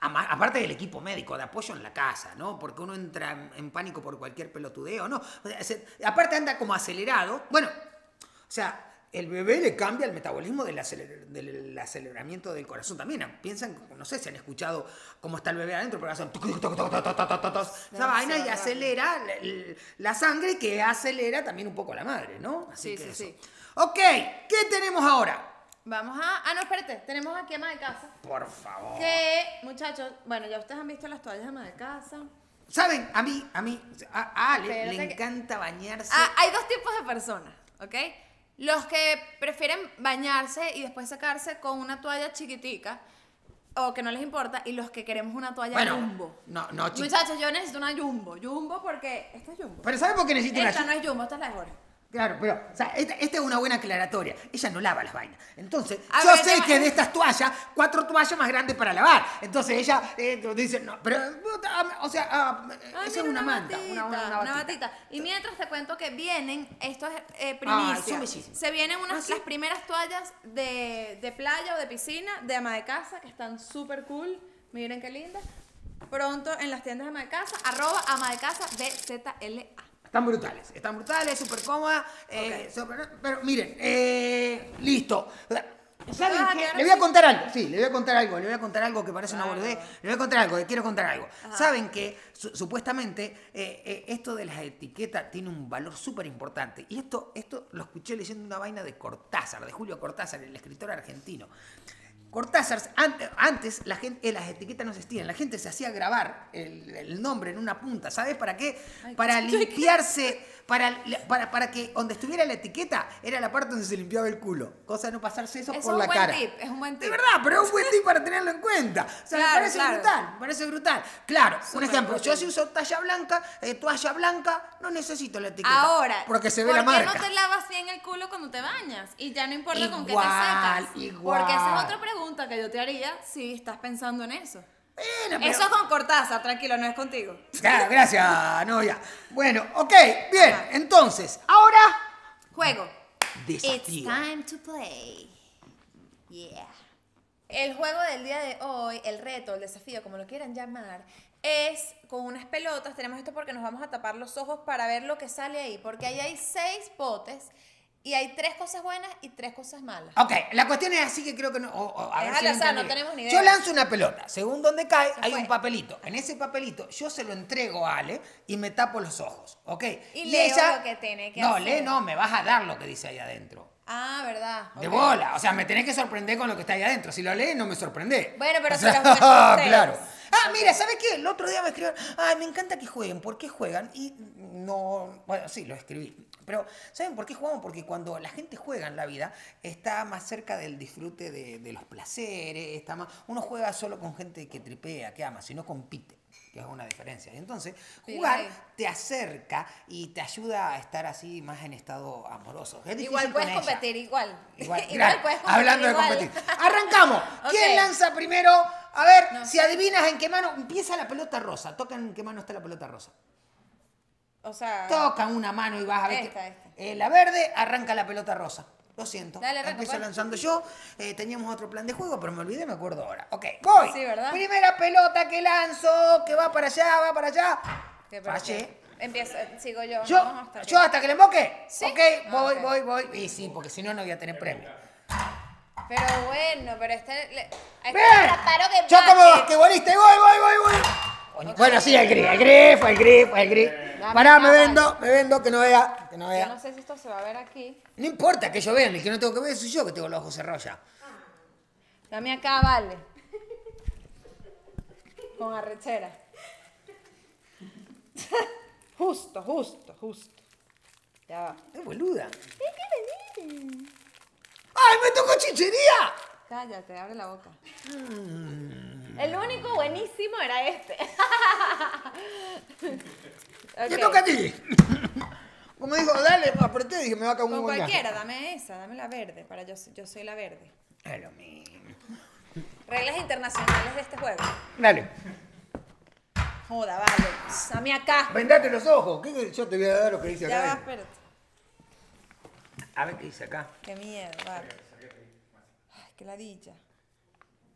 [SPEAKER 5] ama- aparte del equipo médico, de apoyo en la casa, ¿no? Porque uno entra en, en pánico por cualquier pelotudeo, ¿no? O sea, se- aparte anda como acelerado. Bueno, o sea, el bebé le cambia el metabolismo del, aceler- del aceleramiento del corazón también. Ah, Piensan, no sé si han escuchado cómo está el bebé adentro, pero hacen... tuc, tuc, tuc, tuc, tuc, tuc, tuc, tuc, tuc, Esa
[SPEAKER 2] Demasiado
[SPEAKER 5] vaina y
[SPEAKER 2] rápido.
[SPEAKER 5] acelera la, la sangre que acelera también un poco la madre, ¿no? Así
[SPEAKER 2] Sí,
[SPEAKER 5] que
[SPEAKER 2] sí,
[SPEAKER 5] eso.
[SPEAKER 2] sí.
[SPEAKER 5] Ok, ¿qué tenemos ahora?
[SPEAKER 2] Vamos a. Ah, no, espérate. Tenemos aquí ama de casa.
[SPEAKER 5] Por favor.
[SPEAKER 2] Que, muchachos, bueno, ya ustedes han visto las toallas de ama de casa.
[SPEAKER 5] ¿Saben? A mí, a mí, a, a Ale le
[SPEAKER 2] Espérate que-
[SPEAKER 5] encanta bañarse.
[SPEAKER 2] Ah, hay dos tipos de personas, ¿ok? Los que prefieren bañarse y después sacarse con una toalla chiquitica o que no les importa y los que queremos una toalla
[SPEAKER 5] Bueno,
[SPEAKER 2] jumbo.
[SPEAKER 5] no, no, chiqui-
[SPEAKER 2] Muchachos, yo necesito una jumbo. Jumbo porque... Esta es jumbo.
[SPEAKER 5] Pero ¿saben por qué necesita una
[SPEAKER 2] Esta no es jumbo, esta es la de Jorge.
[SPEAKER 5] Claro, pero o sea, esta, esta es una buena aclaratoria. Ella no lava las vainas. Entonces,
[SPEAKER 2] A
[SPEAKER 5] yo
[SPEAKER 2] ver,
[SPEAKER 5] sé
[SPEAKER 2] ya-
[SPEAKER 5] que de estas toallas, cuatro toallas más grandes para lavar. Entonces ella eh, dice, no, pero, ah, o sea, ah,
[SPEAKER 2] Ay,
[SPEAKER 5] esa es
[SPEAKER 2] mira,
[SPEAKER 5] una, manta, una, una, una batita. Ah,
[SPEAKER 2] Y mientras te cuento que vienen, esto es eh,
[SPEAKER 5] Ay,
[SPEAKER 2] primicia.
[SPEAKER 5] son bellísimas.
[SPEAKER 2] se vienen unas,
[SPEAKER 5] Ah, ¿sí?
[SPEAKER 2] las primeras toallas de, de playa o de piscina, de ama de casa, que están súper cool. Miren qué lindas. Pronto en las tiendas de ama de casa, arroba ama de casa BZLA.
[SPEAKER 5] Están brutales, están brutales, súper cómodas. eh, súper- pero miren, eh, listo. ¿Saben
[SPEAKER 2] vas a
[SPEAKER 5] qué?
[SPEAKER 2] quedar
[SPEAKER 5] Le voy a
[SPEAKER 2] así?
[SPEAKER 5] contar algo, sí, le voy a contar algo, le voy a contar algo que parece una boludez, le voy a contar algo, le quiero contar algo. Saben que su- supuestamente eh, eh, esto de las etiquetas tiene un valor súper importante. Y esto, esto lo escuché leyendo una vaina de Cortázar, de Julio Cortázar, el escritor argentino. Cortázar, an- antes la gente, eh, las etiquetas no existían, la gente se hacía grabar el, el nombre en una punta, ¿sabes para qué? Para limpiarse, para, para, para que donde estuviera la etiqueta era la parte donde se limpiaba el culo, cosa de no pasarse eso
[SPEAKER 2] Eso es
[SPEAKER 5] por
[SPEAKER 2] un
[SPEAKER 5] la
[SPEAKER 2] buen
[SPEAKER 5] cara.
[SPEAKER 2] tip, es un buen
[SPEAKER 5] De
[SPEAKER 2] tip.
[SPEAKER 5] verdad, pero es un buen tip para tenerlo en cuenta. O sea, me
[SPEAKER 2] Claro,
[SPEAKER 5] parece
[SPEAKER 2] claro.
[SPEAKER 5] brutal, me parece brutal. Claro, un
[SPEAKER 2] Súper
[SPEAKER 5] ejemplo, yo
[SPEAKER 2] brutal.
[SPEAKER 5] si uso talla blanca, eh, toalla blanca, no necesito la etiqueta.
[SPEAKER 2] Ahora,
[SPEAKER 5] porque se ve
[SPEAKER 2] ¿por
[SPEAKER 5] la
[SPEAKER 2] qué
[SPEAKER 5] marca.
[SPEAKER 2] no te lavas bien el culo cuando te bañas? Y ya no importa con qué te
[SPEAKER 5] Igual,
[SPEAKER 2] secas.
[SPEAKER 5] igual.
[SPEAKER 2] Porque esa es otra pregunta que yo te haría si estás pensando en eso.
[SPEAKER 5] Bueno, pero-
[SPEAKER 2] Eso es con Cortázar, tranquilo, no es contigo.
[SPEAKER 5] Claro, gracias, novia. Bueno, ok, bien. Entonces, ahora.
[SPEAKER 2] Juego.
[SPEAKER 5] Desafío.
[SPEAKER 2] to play. Yeah. El juego del día de hoy, el reto, el desafío, como lo quieran llamar, es con unas pelotas. Tenemos esto porque nos vamos a tapar los ojos para ver lo que sale ahí. Porque ahí hay seis potes y hay tres cosas buenas y tres cosas malas.
[SPEAKER 5] Ok, la cuestión es así que creo que no. o- o- a
[SPEAKER 2] Es
[SPEAKER 5] ver si
[SPEAKER 2] al
[SPEAKER 5] lo
[SPEAKER 2] azar,
[SPEAKER 5] entendí.
[SPEAKER 2] no tenemos ni
[SPEAKER 5] Yo
[SPEAKER 2] idea.
[SPEAKER 5] lanzo una pelota. Según donde cae, hay
[SPEAKER 2] fue.
[SPEAKER 5] un papelito. En ese papelito, yo se lo entrego a Ale y me tapo los ojos. ¿Ok?
[SPEAKER 2] Y leo lo que tiene que
[SPEAKER 5] no,
[SPEAKER 2] hacer.
[SPEAKER 5] lee, no, me vas a dar lo que dice ahí adentro.
[SPEAKER 2] Ah, ¿verdad?
[SPEAKER 5] De
[SPEAKER 2] Ok.
[SPEAKER 5] bola. O sea, me tenés que sorprender con lo que está ahí adentro. Si lo lees, no me sorprende.
[SPEAKER 2] Bueno, pero
[SPEAKER 5] O
[SPEAKER 2] se
[SPEAKER 5] sea,
[SPEAKER 2] los meto a ustedes.
[SPEAKER 5] claro. Ah, mira, ¿sabes qué? El otro día me escribieron, ay, me encanta que jueguen, ¿por qué juegan? Y no, bueno, sí, lo escribí. Pero, ¿saben por qué jugamos? Porque cuando la gente juega en la vida, está más cerca del disfrute de, de los placeres, está más... Uno juega solo con gente que tripea, que ama, si no compite, que es una diferencia. Y entonces,
[SPEAKER 2] Sí,
[SPEAKER 5] jugar
[SPEAKER 2] sí.
[SPEAKER 5] te acerca y te ayuda a estar así más en estado amoroso. Es difícil
[SPEAKER 2] Igual
[SPEAKER 5] con
[SPEAKER 2] puedes
[SPEAKER 5] ella.
[SPEAKER 2] competir, igual.
[SPEAKER 5] Igual, claro,
[SPEAKER 2] puedes competir.
[SPEAKER 5] hablando
[SPEAKER 2] igual.
[SPEAKER 5] de competir. Arrancamos.
[SPEAKER 2] Ok.
[SPEAKER 5] ¿Quién lanza primero? A ver,
[SPEAKER 2] No
[SPEAKER 5] si adivinas en qué mano empieza la pelota rosa. Toca en qué mano está la pelota rosa.
[SPEAKER 2] O sea,
[SPEAKER 5] Toca una mano y vas a ver.
[SPEAKER 2] Ah. Esta,
[SPEAKER 5] que-
[SPEAKER 2] esta.
[SPEAKER 5] Eh, la verde arranca la pelota rosa. Lo siento.
[SPEAKER 2] Dale, arranca,
[SPEAKER 5] Empiezo
[SPEAKER 2] pues.
[SPEAKER 5] lanzando yo. Eh, teníamos otro plan de juego, pero me olvidé, me acuerdo ahora. Ok, voy.
[SPEAKER 2] Sí, ¿verdad?
[SPEAKER 5] Primera pelota que lanzo, que va para allá, va para allá.
[SPEAKER 2] ¿qué, pero
[SPEAKER 5] Fallé.
[SPEAKER 2] qué? Empiezo, sigo yo.
[SPEAKER 5] Yo,
[SPEAKER 2] ¿no? Hasta
[SPEAKER 5] yo
[SPEAKER 2] que-
[SPEAKER 5] hasta que le emboque.
[SPEAKER 2] Sí.
[SPEAKER 5] Ok,
[SPEAKER 2] Ah,
[SPEAKER 5] voy,
[SPEAKER 2] ok.
[SPEAKER 5] voy, voy. Y sí, porque si no, no voy a tener premio.
[SPEAKER 2] Pero bueno, pero este. Le, a este
[SPEAKER 5] ¡Bien!
[SPEAKER 2] le raparon el
[SPEAKER 5] Yo como
[SPEAKER 2] bate.
[SPEAKER 5] basquetbolista, y voy, voy, voy, voy. Bueno, sí, el gris, el gris, fue el gris, fue el gris.
[SPEAKER 2] Dame
[SPEAKER 5] Pará, me
[SPEAKER 2] cámara.
[SPEAKER 5] vendo, me vendo, que no vea, que no
[SPEAKER 2] Yo
[SPEAKER 5] vea.
[SPEAKER 2] no sé si esto se va a ver aquí.
[SPEAKER 5] No importa que yo vea, el que no tengo que ver soy yo que tengo los ojos cerrados ya.
[SPEAKER 2] Dame acá, vale. Con arrechera. Justo, justo, justo. Ya va.
[SPEAKER 5] Es boluda. ¡Ay, me tocó chichería!
[SPEAKER 2] Cállate, abre la boca.
[SPEAKER 5] Mm.
[SPEAKER 2] El único buenísimo era este.
[SPEAKER 5] ¿Qué
[SPEAKER 2] Ok.
[SPEAKER 5] toca a ti? Como dijo, dale, apreté, dije, me va a caer un
[SPEAKER 2] Con
[SPEAKER 5] guañazo.
[SPEAKER 2] cualquiera, dame esa, dame la verde. Para yo, yo soy la verde.
[SPEAKER 5] Es lo mismo.
[SPEAKER 2] Reglas internacionales de este juego.
[SPEAKER 5] Dale,
[SPEAKER 2] Joda, vale. Dame acá.
[SPEAKER 5] vendate los ojos. ¿Qué, qué- yo te voy a dar lo que dice
[SPEAKER 2] Ya va,
[SPEAKER 5] acá.
[SPEAKER 2] espérate.
[SPEAKER 5] A ver qué dice acá.
[SPEAKER 2] Qué miedo, vale. Ay, qué ladilla.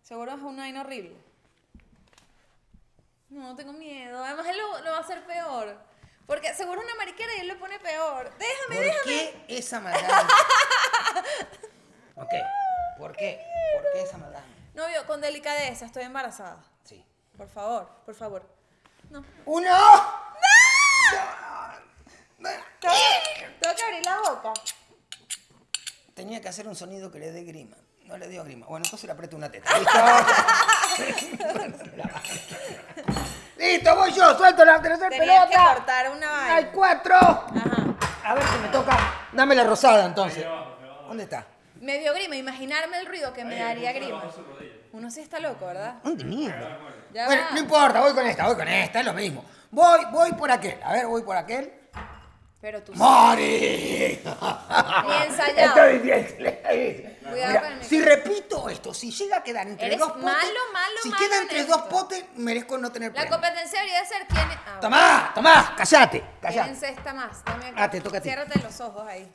[SPEAKER 2] Seguro es una vaina horrible. No, tengo miedo. Además, él lo, lo va a hacer peor. Porque seguro es una mariquera y él lo pone peor. Déjame,
[SPEAKER 5] ¿Por
[SPEAKER 2] déjame.
[SPEAKER 5] qué esa maldad? ok. ¿Por qué? ¿Por qué esa maldad?
[SPEAKER 2] Novio, con delicadeza, estoy embarazada.
[SPEAKER 5] Sí.
[SPEAKER 2] Por favor, por favor. No.
[SPEAKER 5] ¡Uno! ¡No!
[SPEAKER 2] Tengo tengo que abrir la boca.
[SPEAKER 5] Tenía que hacer un sonido que le dé grima. No le dio grima. Bueno, entonces le aprieto una teta. ¿Listo? ¡Listo! Listo, voy yo, suelto la tercera
[SPEAKER 2] Tenías que
[SPEAKER 5] pelota.
[SPEAKER 2] cortar una
[SPEAKER 5] Hay
[SPEAKER 2] vaina.
[SPEAKER 5] cuatro.
[SPEAKER 2] Ajá.
[SPEAKER 5] A ver si me toca. Dame la rosada entonces. ¿Dónde está?
[SPEAKER 2] Me dio grima, imaginarme el ruido que me daría grima. Uno sí está loco, ¿verdad?
[SPEAKER 5] ¿Dónde mierda?
[SPEAKER 2] Ya
[SPEAKER 5] Bueno,
[SPEAKER 2] va.
[SPEAKER 5] no importa, voy con esta, voy con esta, es lo mismo. Voy, voy por aquel. A ver, voy por aquel.
[SPEAKER 2] Pero tú
[SPEAKER 5] ¡Mari!
[SPEAKER 2] ensayado.
[SPEAKER 5] Estoy bien.
[SPEAKER 2] Cuidado
[SPEAKER 5] Mira,
[SPEAKER 2] con el
[SPEAKER 5] si repito esto, si llega a quedar entre
[SPEAKER 2] Eres
[SPEAKER 5] dos potes.
[SPEAKER 2] malo, malo,
[SPEAKER 5] si
[SPEAKER 2] malo
[SPEAKER 5] queda
[SPEAKER 2] en
[SPEAKER 5] entre
[SPEAKER 2] esto.
[SPEAKER 5] dos potes, merezco no tener
[SPEAKER 2] La
[SPEAKER 5] premio.
[SPEAKER 2] competencia debería ser quién es. Ah, bueno.
[SPEAKER 5] Tomá, tomá, callate,
[SPEAKER 2] ¿Quién
[SPEAKER 5] callate.
[SPEAKER 2] encesta más? Dame
[SPEAKER 5] Ah, te toca a ti.
[SPEAKER 2] Ciérrate los ojos ahí.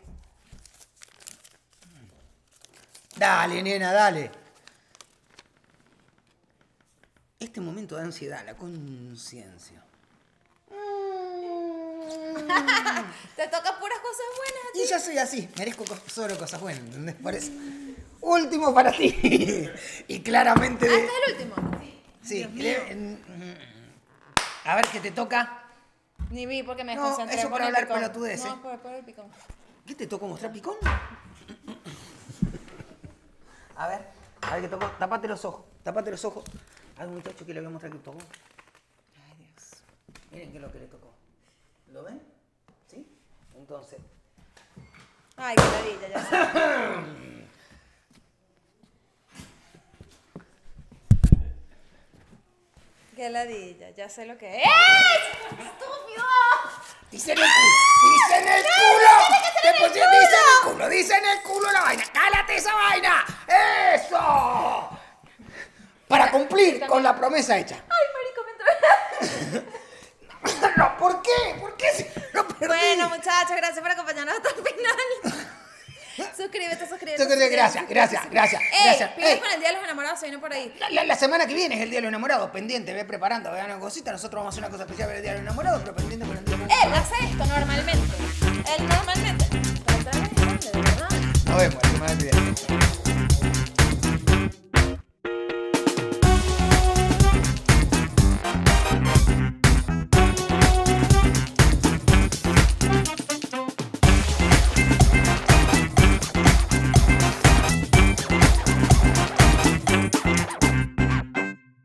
[SPEAKER 5] Dale, nena, dale. Este momento de ansiedad, la conciencia.
[SPEAKER 2] Te toca puras cosas buenas.
[SPEAKER 5] Y ya soy así, merezco co- solo cosas buenas, ¿entendés? Por eso. Último para ti. y claramente
[SPEAKER 2] Ah,
[SPEAKER 5] de.
[SPEAKER 2] este es el último.
[SPEAKER 5] Sí, le- en- a ver qué te toca.
[SPEAKER 2] Ni vi porque me
[SPEAKER 5] No,
[SPEAKER 2] desconcentré
[SPEAKER 5] eso
[SPEAKER 2] por
[SPEAKER 5] para
[SPEAKER 2] el
[SPEAKER 5] hablar ¿eh?
[SPEAKER 2] picón.
[SPEAKER 5] pelotudeces.
[SPEAKER 2] No, por, por el picón.
[SPEAKER 5] ¿Qué te tocó mostrar picón? A ver, a ver qué tocó. Tapate los ojos, tapate los ojos. Hay un muchacho que le voy a mostrar que tocó. Ay, Dios. Miren qué es lo que le tocó. ¿Lo ven? ¿Sí? Entonces,
[SPEAKER 2] Ay, qué ladilla, ya sé. Qué ladilla, ya sé lo que es. ¡Estúpido!
[SPEAKER 5] Dice en el culo, dice en el culo, te pusiste, dice en el culo, dice en el culo la vaina, cálate esa vaina, eso, para cumplir con la promesa hecha.
[SPEAKER 2] Ay, marico, me entró.
[SPEAKER 5] No, ¿por qué? ¿Por qué? se- Lo perdí.
[SPEAKER 2] Bueno, muchachos, gracias por acompañarnos hasta el final. suscríbete, suscríbete.
[SPEAKER 5] Suscríbete, gracias, gracias, gracias,
[SPEAKER 2] Ey,
[SPEAKER 5] gracias,
[SPEAKER 2] pide
[SPEAKER 5] ey.
[SPEAKER 2] para el día de los enamorados, se viene por ahí.
[SPEAKER 5] La, la- la semana que viene es el Día de los Enamorados, pendiente, ve preparando, vean una cosita, nosotros vamos a hacer una cosa especial para el Día de los Enamorados, pero pendiente para el Día de los
[SPEAKER 2] Él hace esto normalmente. Él normalmente. Pero otra vez, dale, de verdad.
[SPEAKER 5] Nos vemos la semana que viene.